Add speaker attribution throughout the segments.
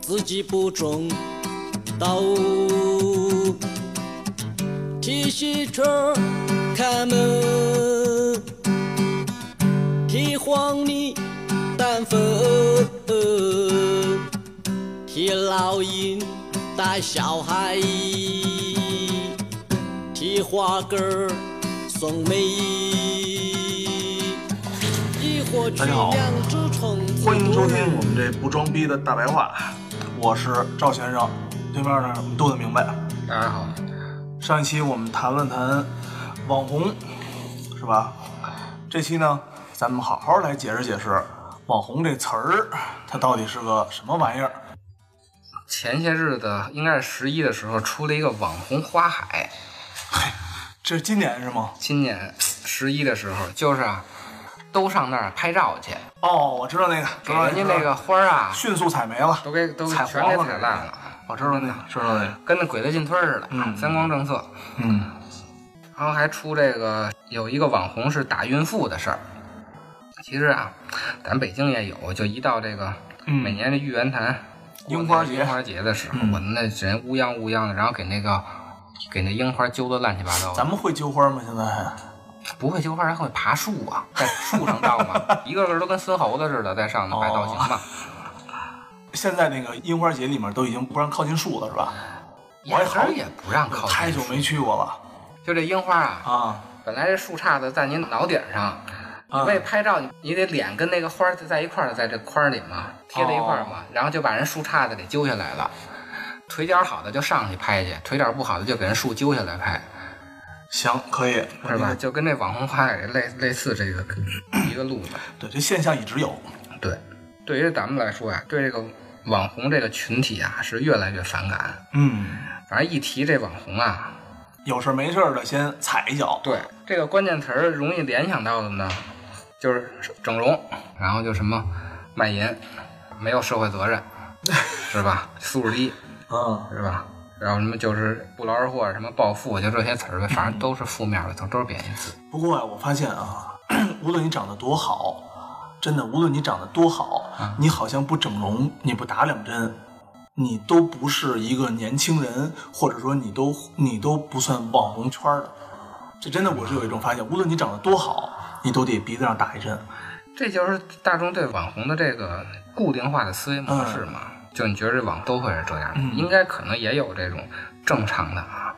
Speaker 1: 自己不种稻，提西车儿开门，提黄泥担粪。替老鹰带小孩，替花哥儿送梅。一火去
Speaker 2: 大家好
Speaker 1: 两只虫子
Speaker 2: 欢迎收听我们这不装逼的大白话，我是赵先生，对面呢杜的明白。
Speaker 3: 大家好，
Speaker 2: 上一期我们谈了谈网红，是吧？这期呢，咱们好好来解释解释“网红”这词儿，它到底是个什么玩意儿？
Speaker 3: 前些日子应该是十一的时候出了一个网红花海，
Speaker 2: 这是今年是吗？
Speaker 3: 今年十一的时候就是啊，都上那儿拍照去，
Speaker 2: 哦，我知道那个，知
Speaker 3: 给
Speaker 2: 道
Speaker 3: 人家那个花儿啊，
Speaker 2: 迅速采没了，
Speaker 3: 都给都给
Speaker 2: 采
Speaker 3: 全
Speaker 2: 黄
Speaker 3: 给啊
Speaker 2: 了，
Speaker 3: 踩烂了，
Speaker 2: 我知道那个，知道那个，
Speaker 3: 跟那鬼子进村儿似的，
Speaker 2: 嗯
Speaker 3: 三光政策。
Speaker 2: 嗯，
Speaker 3: 然后还出这个有一个网红是打孕妇的事儿。其实啊，咱北京也有，就一到这个
Speaker 2: 嗯
Speaker 3: 每年的玉渊潭
Speaker 2: 樱花节
Speaker 3: 樱花节的时候，
Speaker 2: 嗯
Speaker 3: 我那人乌泱乌泱的，然后给那个给那樱花揪的乱七八糟的。
Speaker 2: 咱们会揪花吗？现在还？
Speaker 3: 不会绣花还会爬树啊，在树上荡 嘛，一个个都跟孙猴子似的在上头摆造型
Speaker 2: 哦
Speaker 3: 嘛。
Speaker 2: 现在那个樱花节里面都已经不让靠近树了，是吧？我也
Speaker 3: 眼
Speaker 2: 好
Speaker 3: 神也不让靠近
Speaker 2: 太久没去过了
Speaker 3: 就这樱花啊，
Speaker 2: 啊！
Speaker 3: 本来这树杈子在您脑顶上，你为拍照，你你得脸跟那个花儿在一块儿，在这框里嘛，贴在一块儿嘛，然后就把人树杈子给揪下来了。腿脚好的就上去拍去，腿脚不好的就给人树揪下来拍，
Speaker 2: 行，可以，
Speaker 3: 是吧？？就跟这网红花海类类似这个一个路子。
Speaker 2: 对，这现象一直有。
Speaker 3: 对，对于咱们来说呀、啊对这个网红这个群体啊，是越来越反感。
Speaker 2: 嗯，
Speaker 3: 反正一提这网红啊，
Speaker 2: 有事儿没事儿的先踩一脚。
Speaker 3: 对这个关键词儿容易联想到的呢，就是整容，然后就什么卖淫，没有社会责任，是吧？素质低，
Speaker 2: 嗯，
Speaker 3: 是吧？然后什么就是不劳而获，什么暴富，就这些词儿呗，反正都是负面的，都都是贬义词。
Speaker 2: 不过呀，我发现啊， 无论你长得多好，真的，无论你长得多好，你好像不整容，你不打两针，你都不是一个年轻人，或者说你都你都不算网红圈儿的。这真的，我是有一种发现，无论你长得多好，你都得鼻子上打一针。
Speaker 3: 这就是大众对网红的这个固定化的思维模式嘛。就你觉得这网都会是这样的，
Speaker 2: 嗯
Speaker 3: 应该可能也有这种正常的啊。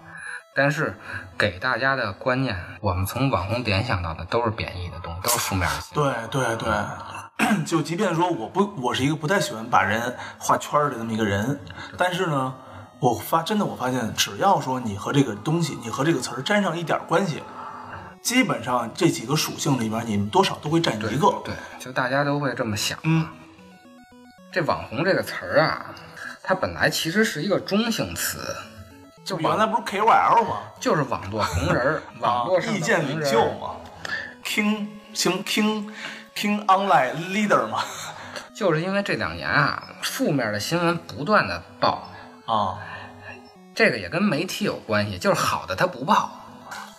Speaker 3: 但是给大家的观念，我们从网红联想到的都是贬义的东西，都是负面的行为。
Speaker 2: 对对对， 就即便说我不，我是一个不太喜欢把人画圈儿的这么一个人，但是呢，我发真的我发现，只要说你和这个东西，你和这个词儿沾上一点儿关系，基本上这几个属性里边，你们多少都会占一个。
Speaker 3: 对，就大家都会这么想。啊
Speaker 2: 嗯，
Speaker 3: 这网红这个词儿啊，它本来其实是一个中性词，就
Speaker 2: 原
Speaker 3: 网
Speaker 2: 来不是 KOL 吗？
Speaker 3: 就是网络红人儿，
Speaker 2: 啊
Speaker 3: 网络，上的
Speaker 2: 意见
Speaker 3: 红
Speaker 2: 领
Speaker 3: 人
Speaker 2: 袖
Speaker 3: 儿
Speaker 2: 嘛，King King King King Online Leader 嘛，
Speaker 3: 就是因为这两年啊，负面的新闻不断的爆，
Speaker 2: 啊，
Speaker 3: 这个也跟媒体有关系，就是好的它不报，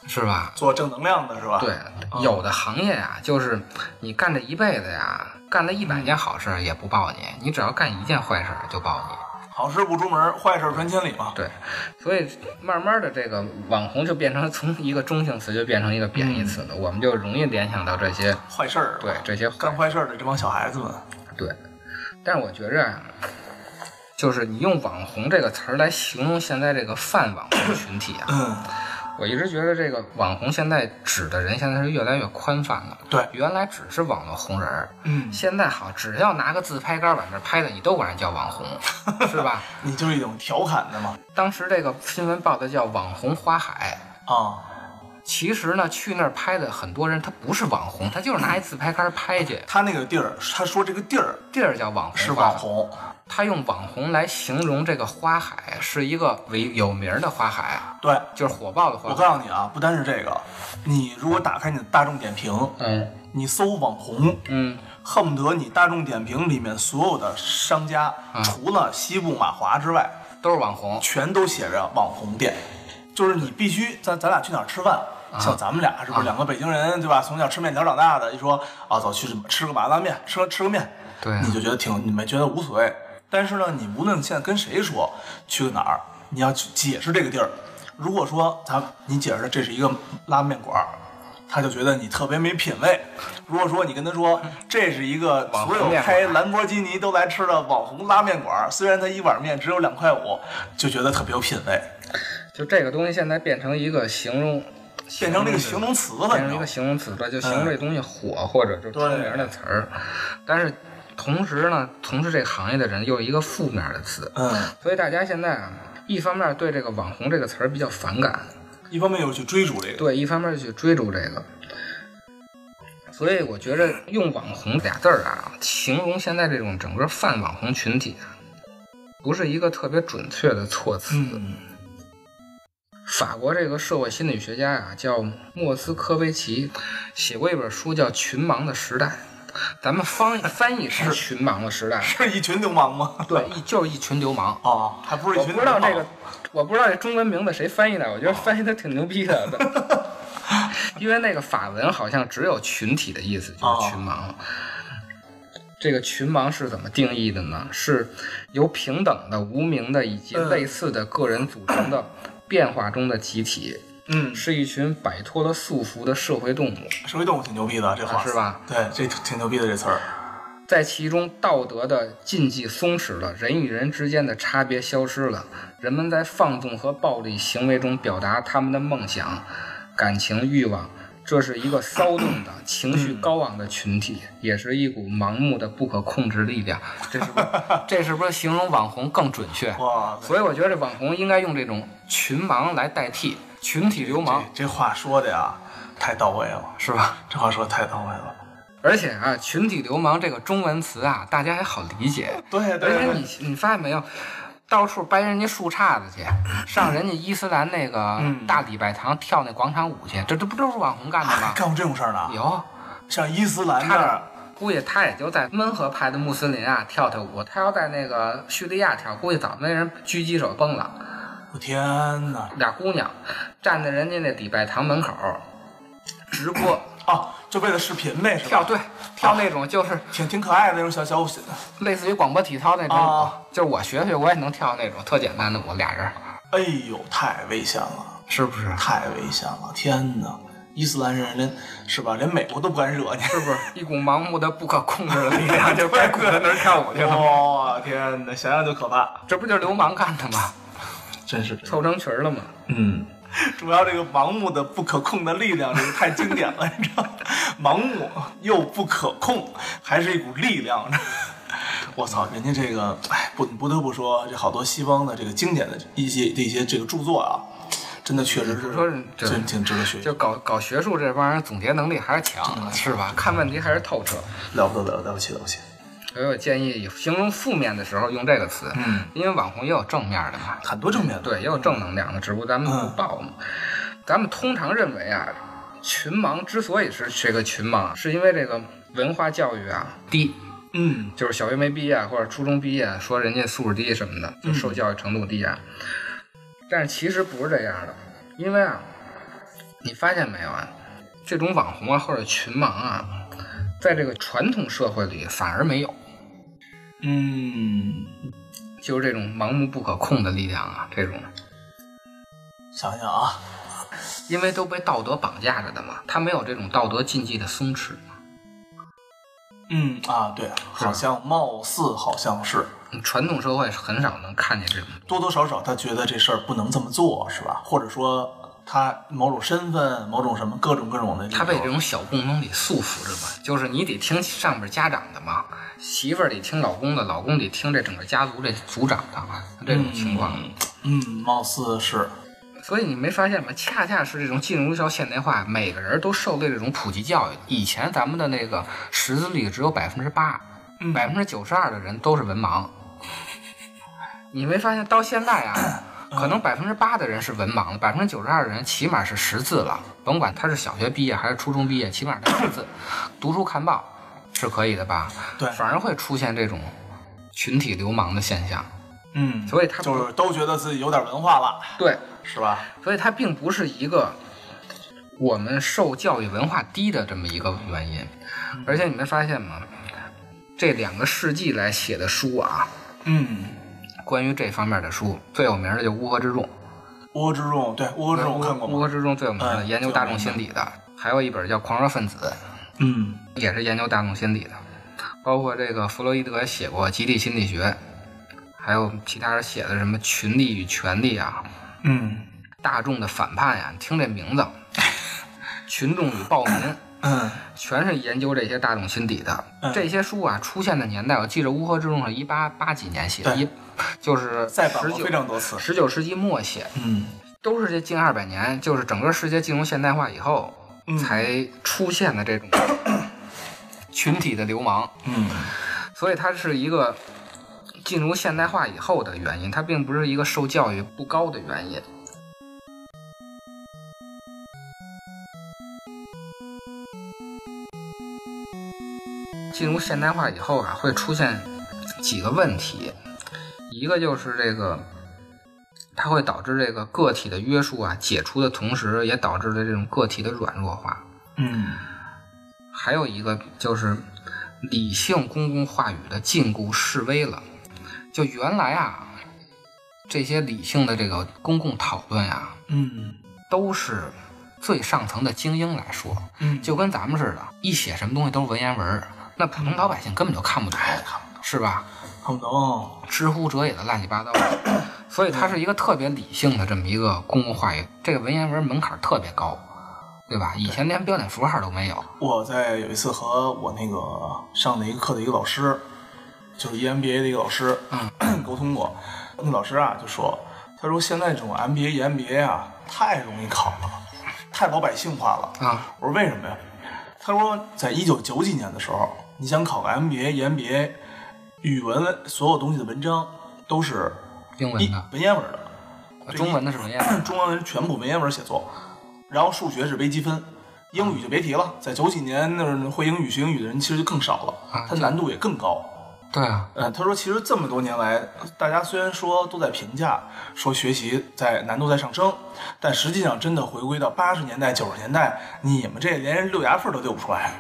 Speaker 3: 是吧？
Speaker 2: 做正能量的是吧？
Speaker 3: 对，有的行业啊，就是你干这一辈子呀，干了一百件好事儿也不报你，你只要干一件坏事儿就报你。
Speaker 2: 好事不出门，坏事传千里嘛。
Speaker 3: 对，所以慢慢的这个网红就变成从一个中性词就变成一个贬
Speaker 2: 嗯
Speaker 3: 义词了，我们就容易联想到这些
Speaker 2: 坏事儿，
Speaker 3: 对这些
Speaker 2: 干坏事儿的这帮小孩子们。
Speaker 3: 对，但是我觉着啊，就是你用“网红”这个词儿来形容现在这个泛网红群体啊，
Speaker 2: 嗯，
Speaker 3: 我一直觉得这个网红现在指的人现在是越来越宽泛了。
Speaker 2: 对，
Speaker 3: 原来只是网络红人儿，
Speaker 2: 嗯，
Speaker 3: 现在好，只要拿个自拍杆往那儿拍的，你都管人叫网红，是吧？
Speaker 2: 你就是一种调侃的嘛。
Speaker 3: 当时这个新闻报的叫“网红花海
Speaker 2: 啊，”，
Speaker 3: 其实呢，去那儿拍的很多人他不是网红，他就是拿一自拍杆拍去，
Speaker 2: 他那个地儿，他说这个地儿
Speaker 3: 地儿叫网红
Speaker 2: 是
Speaker 3: 花
Speaker 2: 网
Speaker 3: 海。
Speaker 2: 红，
Speaker 3: 他用网红来形容这个花海是一个为有名儿的花海，
Speaker 2: 对，
Speaker 3: 就是火爆的花
Speaker 2: 我
Speaker 3: 海。
Speaker 2: 告诉你啊，不单是这个，你如果打开你的大众点评，
Speaker 3: 嗯
Speaker 2: 你搜网红，
Speaker 3: 嗯
Speaker 2: 恨不得你大众点评里面所有的商家，除了西部马华之外，
Speaker 3: 都是网红。
Speaker 2: 全都写着网红店，就是你必须咱咱俩去哪儿吃饭。像咱们俩是不是两个北京人，对吧？从小吃面条长大的，一说啊，走去吃个麻辣面，吃个吃个面，
Speaker 3: 对啊
Speaker 2: 你就觉得挺，你们觉得无所谓。但是呢，你无论现在跟谁说去哪儿，你要去解释这个地儿。如果说他你解释这是一个拉面馆儿，他就觉得你特别没品位。如果说你跟他说这是一个
Speaker 3: 网
Speaker 2: 所
Speaker 3: 红
Speaker 2: 有
Speaker 3: 面馆
Speaker 2: 开兰博基尼都来吃的网红拉面馆儿，虽然他一碗面只有两块五，就觉得特别有品位，
Speaker 3: 就这个东西现在变成一个形容，
Speaker 2: 变成那个形容词了，
Speaker 3: 变
Speaker 2: 你
Speaker 3: 成
Speaker 2: 知
Speaker 3: 一个
Speaker 2: 道吗？
Speaker 3: 形容词了，就形容这东西火或者就出
Speaker 2: 对
Speaker 3: 名的词儿。但是同时呢，从事这个行业的人又是一个负面的词，
Speaker 2: 嗯，
Speaker 3: 所以大家现在啊，一方面对这个网红这个词儿比较反感，
Speaker 2: 一方面又去追逐这个，
Speaker 3: 对，一方面去追逐这个。所以我觉着用“网红”俩字儿啊，形容现在这种整个泛网红群体啊，不是一个特别准确的措辞。
Speaker 2: 嗯
Speaker 3: 法国这个社会心理学家啊，叫莫斯科维奇，写过一本书叫《群盲的时代》，咱们翻翻译成“群盲的时代”，啊
Speaker 2: 是一群流氓吗？
Speaker 3: 对，一就是一群流氓。
Speaker 2: 哦，还不是
Speaker 3: 我
Speaker 2: 一群
Speaker 3: 不
Speaker 2: 流
Speaker 3: 知道
Speaker 2: 氓。
Speaker 3: 这个，我不知道这中文名字谁翻译的，我觉得翻译的挺牛逼的。 因为那个法文好像只有群体的意思，就是群盲。这个群盲是怎么定义的呢？是由平等的、无名的以及
Speaker 2: 嗯
Speaker 3: 类似的个人组成的变化中的集体，
Speaker 2: 嗯，
Speaker 3: 是一群摆脱了束缚的社会动物，
Speaker 2: 社会动物挺牛逼的，这话
Speaker 3: 啊是吧？
Speaker 2: 对，这挺挺牛逼的这词儿。
Speaker 3: 在其中道德的禁忌松弛了，人与人之间的差别消失了，人们在放纵和暴力行为中表达他们的梦想、感情、欲望。这是一个骚动的、情绪高昂的群体，也是一股盲目的、不可控制力量。这是不是这是不是形容网红更准确？
Speaker 2: 哇，
Speaker 3: 所以我觉得这网红应该用这种群盲来代替群体流
Speaker 2: 这
Speaker 3: 氓，
Speaker 2: 这话说的呀，太到位了，
Speaker 3: 是吧？
Speaker 2: 这话说的太到位了。
Speaker 3: 而且啊，群体流氓这个中文词啊，大家还好理解。
Speaker 2: 对对
Speaker 3: 而且
Speaker 2: 对，
Speaker 3: 你你发现没有，到处掰人家树杈子去，上人家伊斯兰那个
Speaker 2: 嗯
Speaker 3: 大礼拜堂跳那广场舞去，这这不都是网 红干的
Speaker 2: 还
Speaker 3: 吗？
Speaker 2: 哎干过这种事儿呢？
Speaker 3: 有，
Speaker 2: 像伊斯兰那
Speaker 3: 他
Speaker 2: 儿，
Speaker 3: 估计他也就在温和派的穆斯林啊跳跳舞，他要在那个叙利亚跳，估计早被人狙击手崩了。
Speaker 2: 我天哪！
Speaker 3: 俩姑娘站在人家那礼拜堂门口直播
Speaker 2: 哦，就为了视频呗，是
Speaker 3: 跳，
Speaker 2: 吧？
Speaker 3: 对，跳那种就是
Speaker 2: 挺挺可爱的那种小小舞，
Speaker 3: 类似于广播体操那种舞，
Speaker 2: 啊
Speaker 3: 就是我学学我也能跳那种特简单的舞，俩人
Speaker 2: 哎呦，太危险了，
Speaker 3: 是不是？
Speaker 2: 太危险了！天哪，伊斯兰人连是吧，连美国都不敢 惹你。
Speaker 3: 是不是一股盲目的、不可控制的力量， 就该滚在那儿跳舞去
Speaker 2: 哇、
Speaker 3: 了？哦
Speaker 2: 天哪，想想就可怕，
Speaker 3: 这不就是流氓干的吗？
Speaker 2: 真是真是。
Speaker 3: 凑成群儿了吗？
Speaker 2: 嗯，主要这个盲目的不可控的力量，这个太经典了，你知道吗，盲目又不可控，还是一股力量。 我操，人家这个，哎，不不得不说，这好多西方的这个经典的一些的一些这个著作啊，真的确实是，
Speaker 3: 你说是对
Speaker 2: 真挺值得学习
Speaker 3: 就，搞搞学术这帮人总结能力还是强，是吧？看问题还是透彻。
Speaker 2: 了不得了，了不起了不起，
Speaker 3: 所以我建议形容负面的时候用这个词，
Speaker 2: 嗯，
Speaker 3: 因为网红也有正面的嘛，
Speaker 2: 很多正面的，
Speaker 3: 对，也有正能量的，只不过咱们不报嘛。咱们通常认为啊，群盲之所以是这个群盲，是因为这个文化教育啊低，
Speaker 2: 嗯，
Speaker 3: 就是小学没毕业啊或者初中毕业，说人家素质低什么的，就受教育程度低啊。但是其实不是这样的，因为啊，你发现没有啊，这种网红啊或者群盲啊，在这个传统社会里反而没有，
Speaker 2: 嗯，
Speaker 3: 就是这种盲目不可控的力量啊，这种
Speaker 2: 想想啊，
Speaker 3: 因为都被道德绑架着的嘛，他没有这种道德禁忌的松弛。
Speaker 2: 嗯啊，对，好像貌似好像是
Speaker 3: 嗯传统社会是很少能看见这种，
Speaker 2: 多多少少他觉得这事儿不能这么做，是吧？或者说他某种身份、某种什么各种各种的理由，
Speaker 3: 他被这种小共鸣里束缚着嘛，就是你得听上边家长的嘛，媳妇儿得听老公的，老公得听这整个家族这族长的嘛，这种情况。
Speaker 2: 嗯，貌似是
Speaker 3: 所以你没发现吗？恰恰是这种进入到现代化，每个人都受了这种普及教育。以
Speaker 2: 嗯
Speaker 3: 前咱们的那个识字率只有百分之八，百分之九十二的人都是文盲，你没发现到现在啊，
Speaker 2: 嗯
Speaker 3: 可能百分之八的人是文盲的，百分之九十二的人起码是识字了，甭管他是小学毕业还是初中毕业，起码他识字，读书看报是可以的吧？
Speaker 2: 对
Speaker 3: 反而会出现这种群体流氓的现象，
Speaker 2: 嗯，
Speaker 3: 所以他
Speaker 2: 就是都觉得自己有点文化了，
Speaker 3: 对，
Speaker 2: 是吧？
Speaker 3: 所以它并不是一个我们受教育文化低的这么一个原因。
Speaker 2: 嗯
Speaker 3: 而且你没发现吗？这两个世纪来写的书啊，
Speaker 2: 嗯，
Speaker 3: 关于这方面的书最有名的就《乌合之众》，
Speaker 2: 乌合之众，对，乌合之众我看过
Speaker 3: 乌
Speaker 2: 吗？
Speaker 3: 合之众最有名的
Speaker 2: 嗯
Speaker 3: 研究大众心理的，还有一本叫《狂热分子
Speaker 2: 嗯，》，
Speaker 3: 也是研究大众心理的。包括这个弗洛伊德写过《集体心理学》，还有其他人写的什么《群力与权力》啊，
Speaker 2: 嗯，
Speaker 3: 大众的反叛呀，你听 这名字，群众与暴民，
Speaker 2: 嗯，
Speaker 3: 全是研究这些大众心理的。
Speaker 2: 嗯
Speaker 3: 这些书啊，出现的年代，我记着《乌合之众》是一八八几年写的，
Speaker 2: 对
Speaker 3: 一就是
Speaker 2: 再版
Speaker 3: 十
Speaker 2: 过
Speaker 3: 九
Speaker 2: 非常多次，
Speaker 3: 十九世纪末写的，
Speaker 2: 嗯，
Speaker 3: 都是这近二百年，就是整个世界进入现代化以后、
Speaker 2: 嗯
Speaker 3: 才出现 的这种群体的流氓。
Speaker 2: 嗯，
Speaker 3: 所以它是一个进入现代化以后的原因，它并不是一个受教育不高的原因。进入现代化以后啊，会出现几个问题，一个就是这个，它会导致这个个体的约束啊解除的同时，也导致了这种个体的软弱化。
Speaker 2: 嗯，
Speaker 3: 还有一个就是理性公共话语的禁锢示威了。就原来啊，这些理性的这个公共讨论呀、
Speaker 2: 嗯，
Speaker 3: 都是最上层的精英来说，
Speaker 2: 嗯，
Speaker 3: 就跟咱们似的，一写什么东西都是文言文儿，那普通老百姓根本就哎看不懂，是吧？
Speaker 2: 不能，
Speaker 3: 知乎者也的乱七八糟的，所以它是一个特别理性的这么一个公共话语，这个文言文门槛儿特别高，对吧？以前连标点符号都没有，
Speaker 2: 我在有一次和我那个上的一个课的一个老师，就是 EMBA 的一个老师，
Speaker 3: 嗯
Speaker 2: 沟通过。那老师啊就说，他说现在这种 MBA、EMBA 啊太容易考了，太老百姓化了。
Speaker 3: 啊，
Speaker 2: 我说为什么呀？他说在一九九几年的时候，你想考个 MBA、EMBA，语文所有东西的文章都是
Speaker 3: 英文
Speaker 2: 一
Speaker 3: 的、
Speaker 2: 文言文的，
Speaker 3: 中文的是文言 文。
Speaker 2: 中文全部文言文写作，然后数学是微积分，英语就别提了。在九几年那儿会英语、学英语的人其实就更少
Speaker 3: 啊
Speaker 2: 了，它难度也更高。
Speaker 3: 对啊，
Speaker 2: 呃，他说其实这么多年来，大家虽然说都在评价说学习在难度在上升，但实际上真的回归到八十年代、九十年代，你们这连人六牙缝都溜不出来。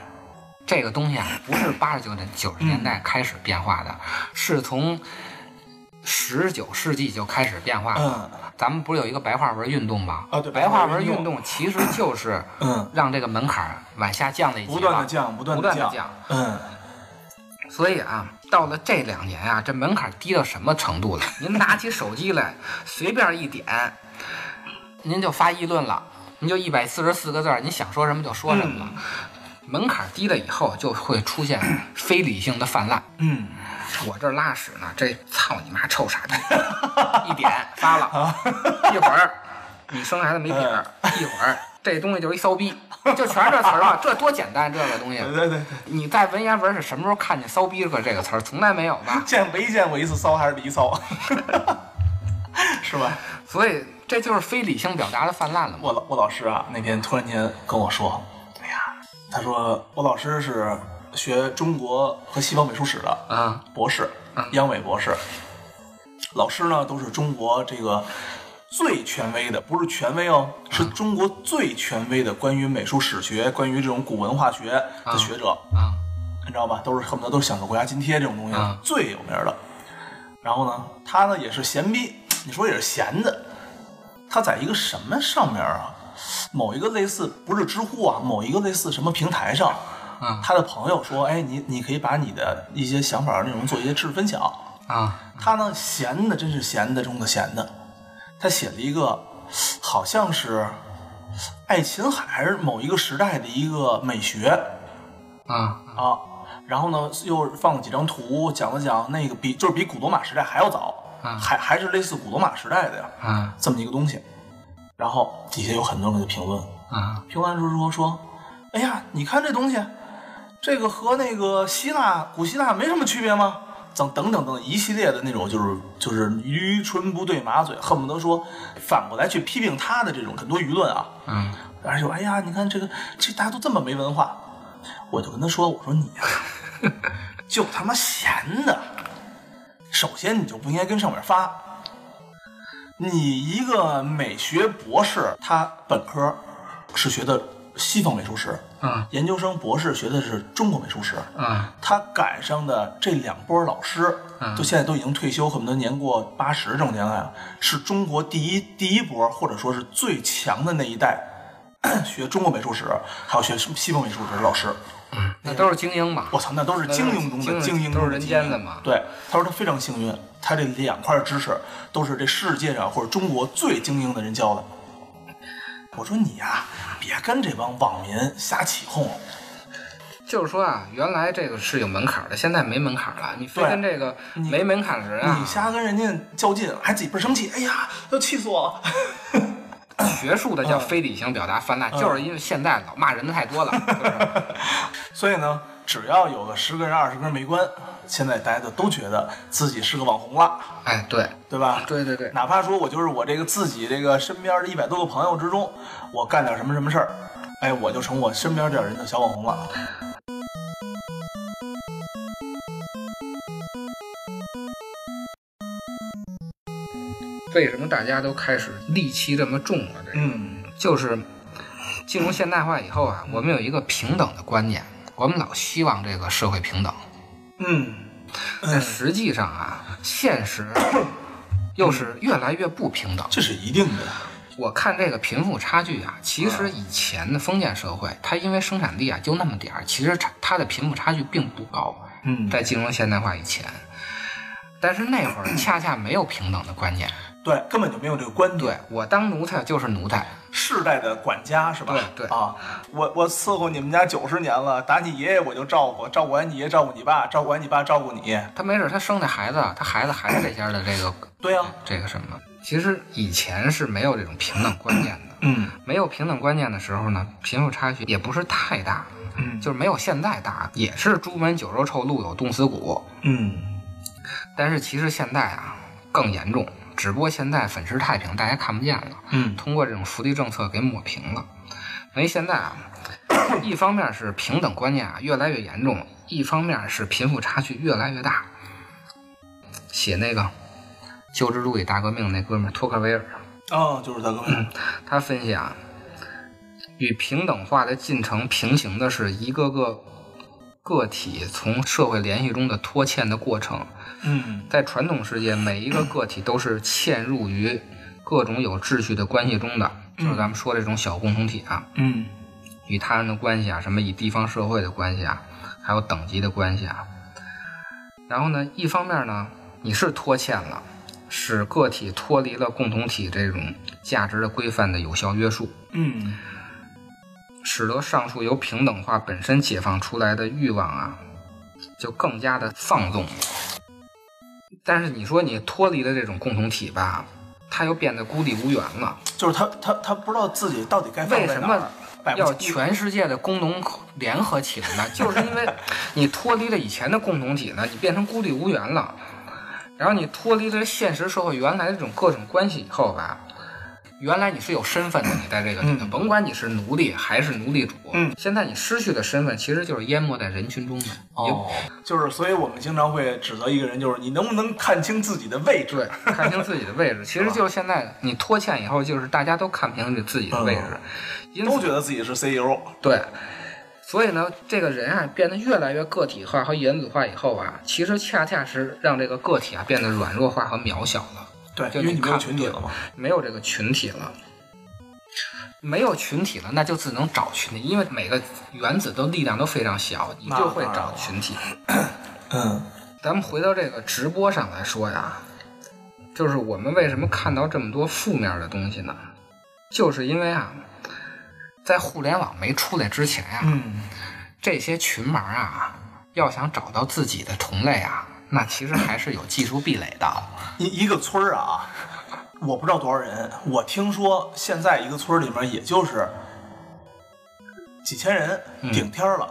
Speaker 3: 这个东西啊，不是八十九年九十年
Speaker 2: 嗯
Speaker 3: 代开始变化的，是从十九世纪就开始变化
Speaker 2: 啊
Speaker 3: 的。咱们不是有一个白话文运动吗？
Speaker 2: 嗯啊对
Speaker 3: 白话文
Speaker 2: 白话文
Speaker 3: 运
Speaker 2: 运
Speaker 3: 动其实就是
Speaker 2: 嗯，
Speaker 3: 让这个门槛儿往下降了一级
Speaker 2: 不断
Speaker 3: 了
Speaker 2: 的降，不断
Speaker 3: 不
Speaker 2: 的
Speaker 3: 断
Speaker 2: 降，
Speaker 3: 的降。
Speaker 2: 嗯，
Speaker 3: 所以啊，到了这两年啊，这门槛低到什么程度了？您拿起手机来，随便一点，您就发议论了，您就一百四十四个字儿，您想说什么就说什么了。门槛低了以后，就会出现非理性的泛滥。
Speaker 2: 嗯，
Speaker 3: 我这儿拉屎呢，这操你妈臭傻逼！一点发了，一会儿你生孩子没底儿，一会儿这东西就是一骚逼，就全是这词儿了，这多简单这个东西。
Speaker 2: 对对对，？
Speaker 3: 你在文言文是什么时候看见“骚逼”这个这个词儿？从来没有吧
Speaker 2: 见没见过一次骚还是离 骚，是吧？
Speaker 3: 所以这就是非理性表达的泛滥了嘛。
Speaker 2: 我老我老师啊，那天突然间跟我说，哎呀，他说我老师是学中国和西方美术史的
Speaker 3: 啊，
Speaker 2: 博士，央美博士。老师呢都是中国这个最权威的，不是权威哦，是中国最权威的关于美术史学、关于这种古文化学的学者，
Speaker 3: 啊，
Speaker 2: 你知道吧？都是恨不得都是享受国家津贴这种东西、
Speaker 3: 啊
Speaker 2: 最有名的。然后呢，他呢也是闲逼，你说也是闲的。他在一个什么上面啊？某一个类似不是知乎啊，某一个类似什么平台上，
Speaker 3: 啊
Speaker 2: 他的朋友说：“哎，你你可以把你的一些想法内容做一些知识分享。”
Speaker 3: 啊，
Speaker 2: 他呢，闲的真是闲的中的闲的，他写了一个好像是爱琴海还是某一个时代的一个美学，
Speaker 3: 啊，
Speaker 2: 啊，然后呢又放了几张图，讲了讲那个比就是比古罗马时代还要早，
Speaker 3: 啊
Speaker 2: 还还是类似古罗马时代的呀，
Speaker 3: 啊，
Speaker 2: 这么一个东西。然后底下有很多人给他评论，
Speaker 3: 啊，
Speaker 2: 评论说说说，哎呀，你看这东西，这个和那个希腊古希腊没什么区别吗？等等等等一系列的那种，就是就是驴唇不对马嘴，恨不得说反过来去批评他的这种很多舆论啊，
Speaker 3: 嗯，
Speaker 2: 而且说哎呀，你看这个这大家都这么没文化，我就跟他说，我说你呀、 就他妈闲的，首先你就不应该跟上面发。你一个美学博士，他本科是学的西方美术史，
Speaker 3: 嗯
Speaker 2: 研究生博士学的是中国美术史，
Speaker 3: 嗯
Speaker 2: 他赶上的这两波老师，
Speaker 3: 嗯
Speaker 2: 就现在都已经退休，恨不得年过八十这种年代了，是中国第一第一波，或者说是最强的那一代， 学中国美术史，还有学西方美术史的老师。
Speaker 3: 那都是精英嘛。
Speaker 2: 我操，那都是精英中的精英
Speaker 3: 都
Speaker 2: 中的
Speaker 3: 是人
Speaker 2: 精
Speaker 3: 间
Speaker 2: 英
Speaker 3: 的嘛
Speaker 2: 对，他说他非常幸运，他这两块知识都是这世界上或者中国最精英的人教的。我说你呀、别跟这帮网民瞎起哄。
Speaker 3: 就是说啊，原来这个是有门槛的，现在没门槛了。你非
Speaker 2: 对
Speaker 3: 跟这个
Speaker 2: 你
Speaker 3: 没门槛的人啊
Speaker 2: 你，瞎跟人家较劲，还自己倍儿生气，哎呀，都气死我了。
Speaker 3: 学术的叫非理性表达泛滥，就是因为现在老骂人的太多 了，就是
Speaker 2: 所以呢，只要有个十个人、二十个人没关，现在大家就都觉得自己是个网红了，
Speaker 3: 哎，对，
Speaker 2: 对吧？
Speaker 3: 对对对，
Speaker 2: 哪怕说我就是我这个自己这个身边的一百多个朋友之中，我干点什么什么事儿，哎，我就成我身边这点人的小网红了。
Speaker 3: 为什么大家都开始戾气这么重了？这个
Speaker 2: 嗯
Speaker 3: 就是进入现代化以后啊，我们有一个平等的观念，我们老希望这个社会平等，
Speaker 2: 嗯，
Speaker 3: 但实际上啊，现实又是越来越不平等。
Speaker 2: 这是一定的。
Speaker 3: 我看这个贫富差距啊，其实以前的封建社会，它因为生产力啊就那么点儿，其实它它的贫富差距并不高。
Speaker 2: 嗯，
Speaker 3: 在进入现代化以前，但是那会儿恰恰没有平等的观念。
Speaker 2: 对，根本就没有这个观点。
Speaker 3: 对我当奴才就是奴才，
Speaker 2: 世代的管家是吧？
Speaker 3: 对对
Speaker 2: 啊，我我伺候你们家九十年了，打你爷爷我就照顾，照顾完你爷照顾你爸，照顾完你爸照顾你。
Speaker 3: 他没准他生的孩子，他孩子还是这家的这个
Speaker 2: 对啊呀、
Speaker 3: 这个什么？其实以前是没有这种平等观念的。
Speaker 2: 嗯
Speaker 3: 没有平等观念的时候呢，贫富差距也不是太大，
Speaker 2: 嗯
Speaker 3: 就是没有现在大，也是朱门酒肉臭，路有冻死骨。
Speaker 2: 嗯
Speaker 3: 但是其实现在啊更严重，只不过现在粉饰太平，大家看不见了，
Speaker 2: 嗯
Speaker 3: 通过这种福利政策给抹平了。所以现在啊，一方面是平等观念啊越来越严重，一方面是贫富差距越来越大。写那个《旧制度与大革命》那哥们儿托克维尔，
Speaker 2: 哦，就是大哥，
Speaker 3: 他分析啊，与平等化的进程平行的是一个个个体从社会联系中的脱欠的过程。
Speaker 2: 嗯
Speaker 3: 在传统世界，每一个个体都是嵌入于各种有秩序的关系中的，就是咱们说这种小共同体啊，
Speaker 2: 嗯
Speaker 3: 与他人的关系啊，什么与地方社会的关系啊，还有等级的关系啊。然后呢，一方面呢，你是脱欠了，使个体脱离了共同体这种价值的规范的有效约束，
Speaker 2: 嗯
Speaker 3: 使得上述由平等化本身解放出来的欲望啊，就更加的放纵。但是你说你脱离了这种共同体吧，它又变得孤立无援了。
Speaker 2: 就是他他他不知道自己到底该放
Speaker 3: 为
Speaker 2: 在
Speaker 3: 什
Speaker 2: 哪儿
Speaker 3: 么
Speaker 2: 摆不
Speaker 3: 要
Speaker 2: 清
Speaker 3: 全世界的工农联合起来 呢？就是因为你脱离了以前的共同体呢，你变成孤立无援了。然后你脱离了现实社会原来的这种各种关系以后吧，原来你是有身份的，你在这个里头，甭管你是奴隶还是奴隶主，
Speaker 2: 嗯
Speaker 3: 现在你失去的身份其实就是淹没在人群中的。
Speaker 2: 哦，就是所以我们经常会指责一个人，就是你能不能看清自己的位
Speaker 3: 对
Speaker 2: 置？，
Speaker 3: 看清自己的位置，其实就是现在你拖欠以后，就是大家都看不清自己的位
Speaker 2: 嗯
Speaker 3: 置，因此
Speaker 2: 都觉得自己是 E CEO。
Speaker 3: 对，所以呢，这个人啊变得越来越个体化和原子化以后啊，其实恰恰是让这个个体啊变得软弱化和渺小了，
Speaker 2: 对，
Speaker 3: 就
Speaker 2: 因为你没有
Speaker 3: 看
Speaker 2: 群体了嘛。
Speaker 3: 没有这个群体了。没有群体了，那就只能找群体，因为每个原子都力量都非常小，你
Speaker 2: 那
Speaker 3: 就会
Speaker 2: 当然
Speaker 3: 找
Speaker 2: 了
Speaker 3: 群体。
Speaker 2: 嗯
Speaker 3: 咱们回到这个直播上来说呀，就是我们为什么看到这么多负面的东西呢？就是因为啊，在互联网没出来之前呀、
Speaker 2: 嗯，
Speaker 3: 这些群盲啊，要想找到自己的同类啊，那其实还是有技术壁垒的。
Speaker 2: 一一个村儿啊，我不知道多少人，我听说现在一个村儿里面也就是几千人
Speaker 3: 嗯
Speaker 2: 顶天儿了，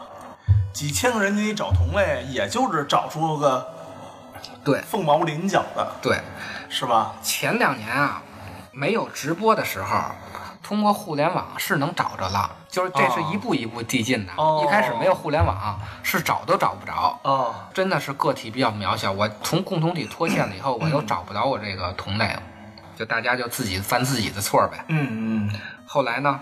Speaker 2: 几千个人给你找同类，也就是找出个
Speaker 3: 对
Speaker 2: 凤毛麟角的，
Speaker 3: 对，
Speaker 2: 是吧？
Speaker 3: 前两年啊，没有直播的时候，通过互联网是能找着了，就是这是一步一步递进的。
Speaker 2: 哦
Speaker 3: 一开始没有互联网，是找都找不着。
Speaker 2: 哦，
Speaker 3: 真的是个体比较渺小，我从共同体脱线了以后，我又找不着我这个同类，就大家就自己犯自己的错儿呗。
Speaker 2: 嗯嗯，
Speaker 3: 后来呢，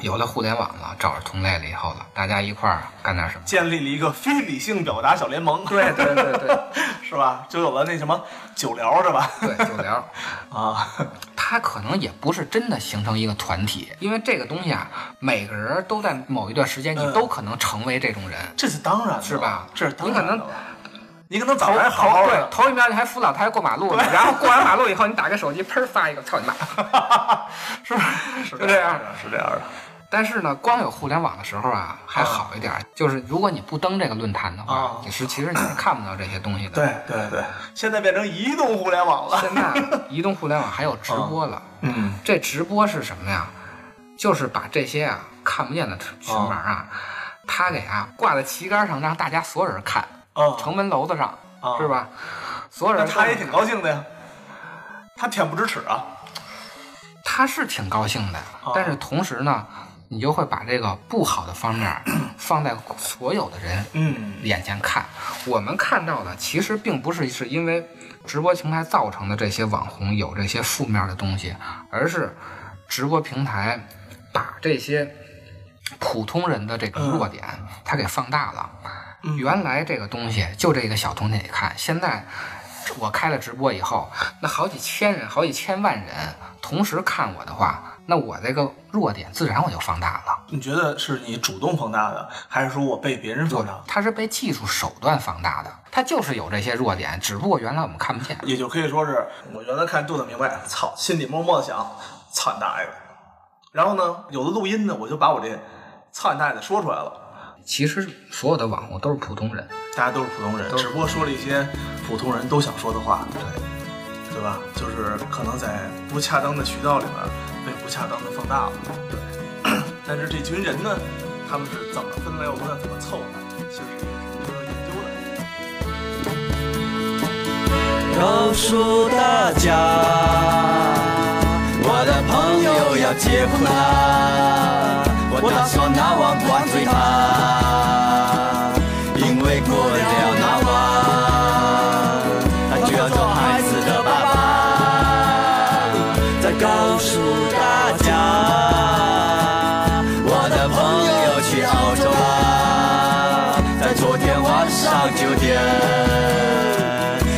Speaker 3: 有了互联网了，找着同类了以后了，大家一块儿干点什么？
Speaker 2: 建立了一个非理性表达小联盟，
Speaker 3: 对对对对
Speaker 2: 是吧？就有了那什么九聊是吧？
Speaker 3: 对，九聊。
Speaker 2: 啊，
Speaker 3: 它可能也不是真的形成一个团体，因为这个东西啊，每个人都在某一段时间，你
Speaker 2: 嗯
Speaker 3: 都可能成为这种人。
Speaker 2: 这是当然的，
Speaker 3: 是吧
Speaker 2: 这是当然
Speaker 3: 你
Speaker 2: 的
Speaker 3: 可
Speaker 2: 了。你可能早上还好好
Speaker 3: 对，
Speaker 2: 的，
Speaker 3: 头一秒你还扶老太太过 马路呢，然后过完马路以后，你打开手机，砰发一个，操你妈！
Speaker 2: 是吧？是
Speaker 3: 就这样
Speaker 2: 的是这样的。
Speaker 3: 但是呢，光有互联网的时候啊，还好一点儿，就是如果你不登这个论坛的话，
Speaker 2: 嗯啊
Speaker 3: 你是其实你是看不到这些东西的。
Speaker 2: 对，对对，现在变成移动互联网了。
Speaker 3: 现在 移动互联网还有直播了，
Speaker 2: 嗯，
Speaker 3: 这直播是什么呀？就是把这些啊看不见的群玩
Speaker 2: 哦
Speaker 3: 啊，他给啊挂在旗杆上，让大家所有人看，
Speaker 2: 啊，
Speaker 3: 城门楼子上、
Speaker 2: 啊
Speaker 3: 是吧？所有
Speaker 2: 那
Speaker 3: 人
Speaker 2: 他
Speaker 3: 都
Speaker 2: 也挺高兴的呀，他恬不知耻啊。
Speaker 3: 他是挺高兴的，
Speaker 2: 哦
Speaker 3: 但是同时呢，你就会把这个不好的 方面放在所有的人
Speaker 2: 嗯
Speaker 3: 眼前看。我们看到的其实并不是是因为直播平台造成的这些网红有这些负面的东西，而是直播平台把这些普通人的这个弱点，它给放大了。原来这个东西就这个小东西看，现在我开了直播以后，那好几千人、好几千万人同时看我的话，那我这个弱点自然我就放大了。
Speaker 2: 你觉得是你主动放大的，还是说我被别人放大？
Speaker 3: 它是被技术手段放大的，它就是有这些弱点，只不过原来我们看不见。
Speaker 2: 也就可以说是我原来看杜子明白，操，心里默默地想，操你大爷的。然后呢，有的录音呢，我就把我这操你大爷的说出来了。
Speaker 3: 其实所有的网红都是普通人，
Speaker 2: 大家都是普通人，
Speaker 3: 都是
Speaker 2: 只不过说了一些普通人都想说的话，
Speaker 3: 对，
Speaker 2: 对吧？就是可能在不恰当的渠道里面被不恰当的放大了。对， 但是这群人呢，他们是怎么分类，我们要怎么凑呢？其实也是值得研究的。
Speaker 1: 告诉大家，我的朋友要结婚啦，我打算拿碗灌醉他，因为过了那晚，他就要做孩子的爸爸。再告诉大家，我的朋友去澳洲啦，在昨天晚上九点。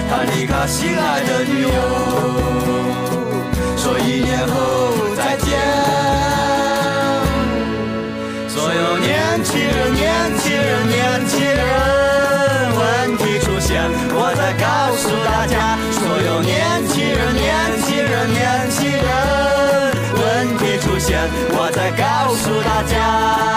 Speaker 1: 他离开心爱的女友，说一年后再见。所有年轻人，年轻人，年轻人，问题出现，我在告诉大家，所有年轻人，年轻人，年轻人，问题出现，我在告诉大家。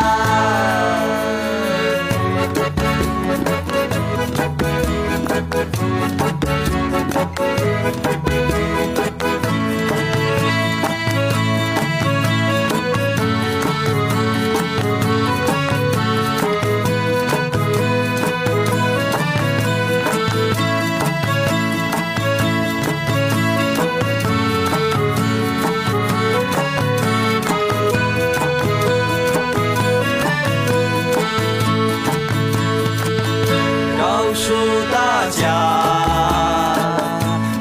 Speaker 1: 告诉大家，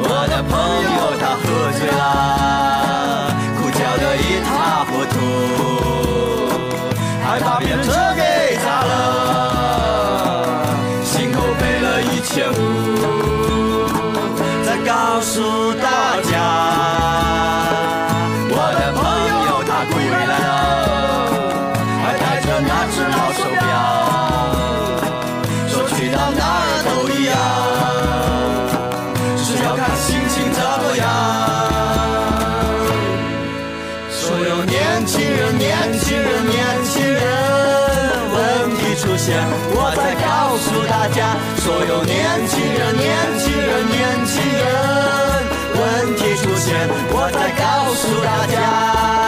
Speaker 1: 我的朋友他喝醉啦，哭叫得一塌糊涂，还把别人车给砸了，心口赔了一千五。再告诉大家，我的朋友他归来了，还带着那只老手表。说去到哪儿都一样，只是要看心情怎么样。所有年轻人，年轻人，年轻人，问题出现，我在告诉大家，所有年轻人，年轻人，年轻人，问题出现，我在告诉大家。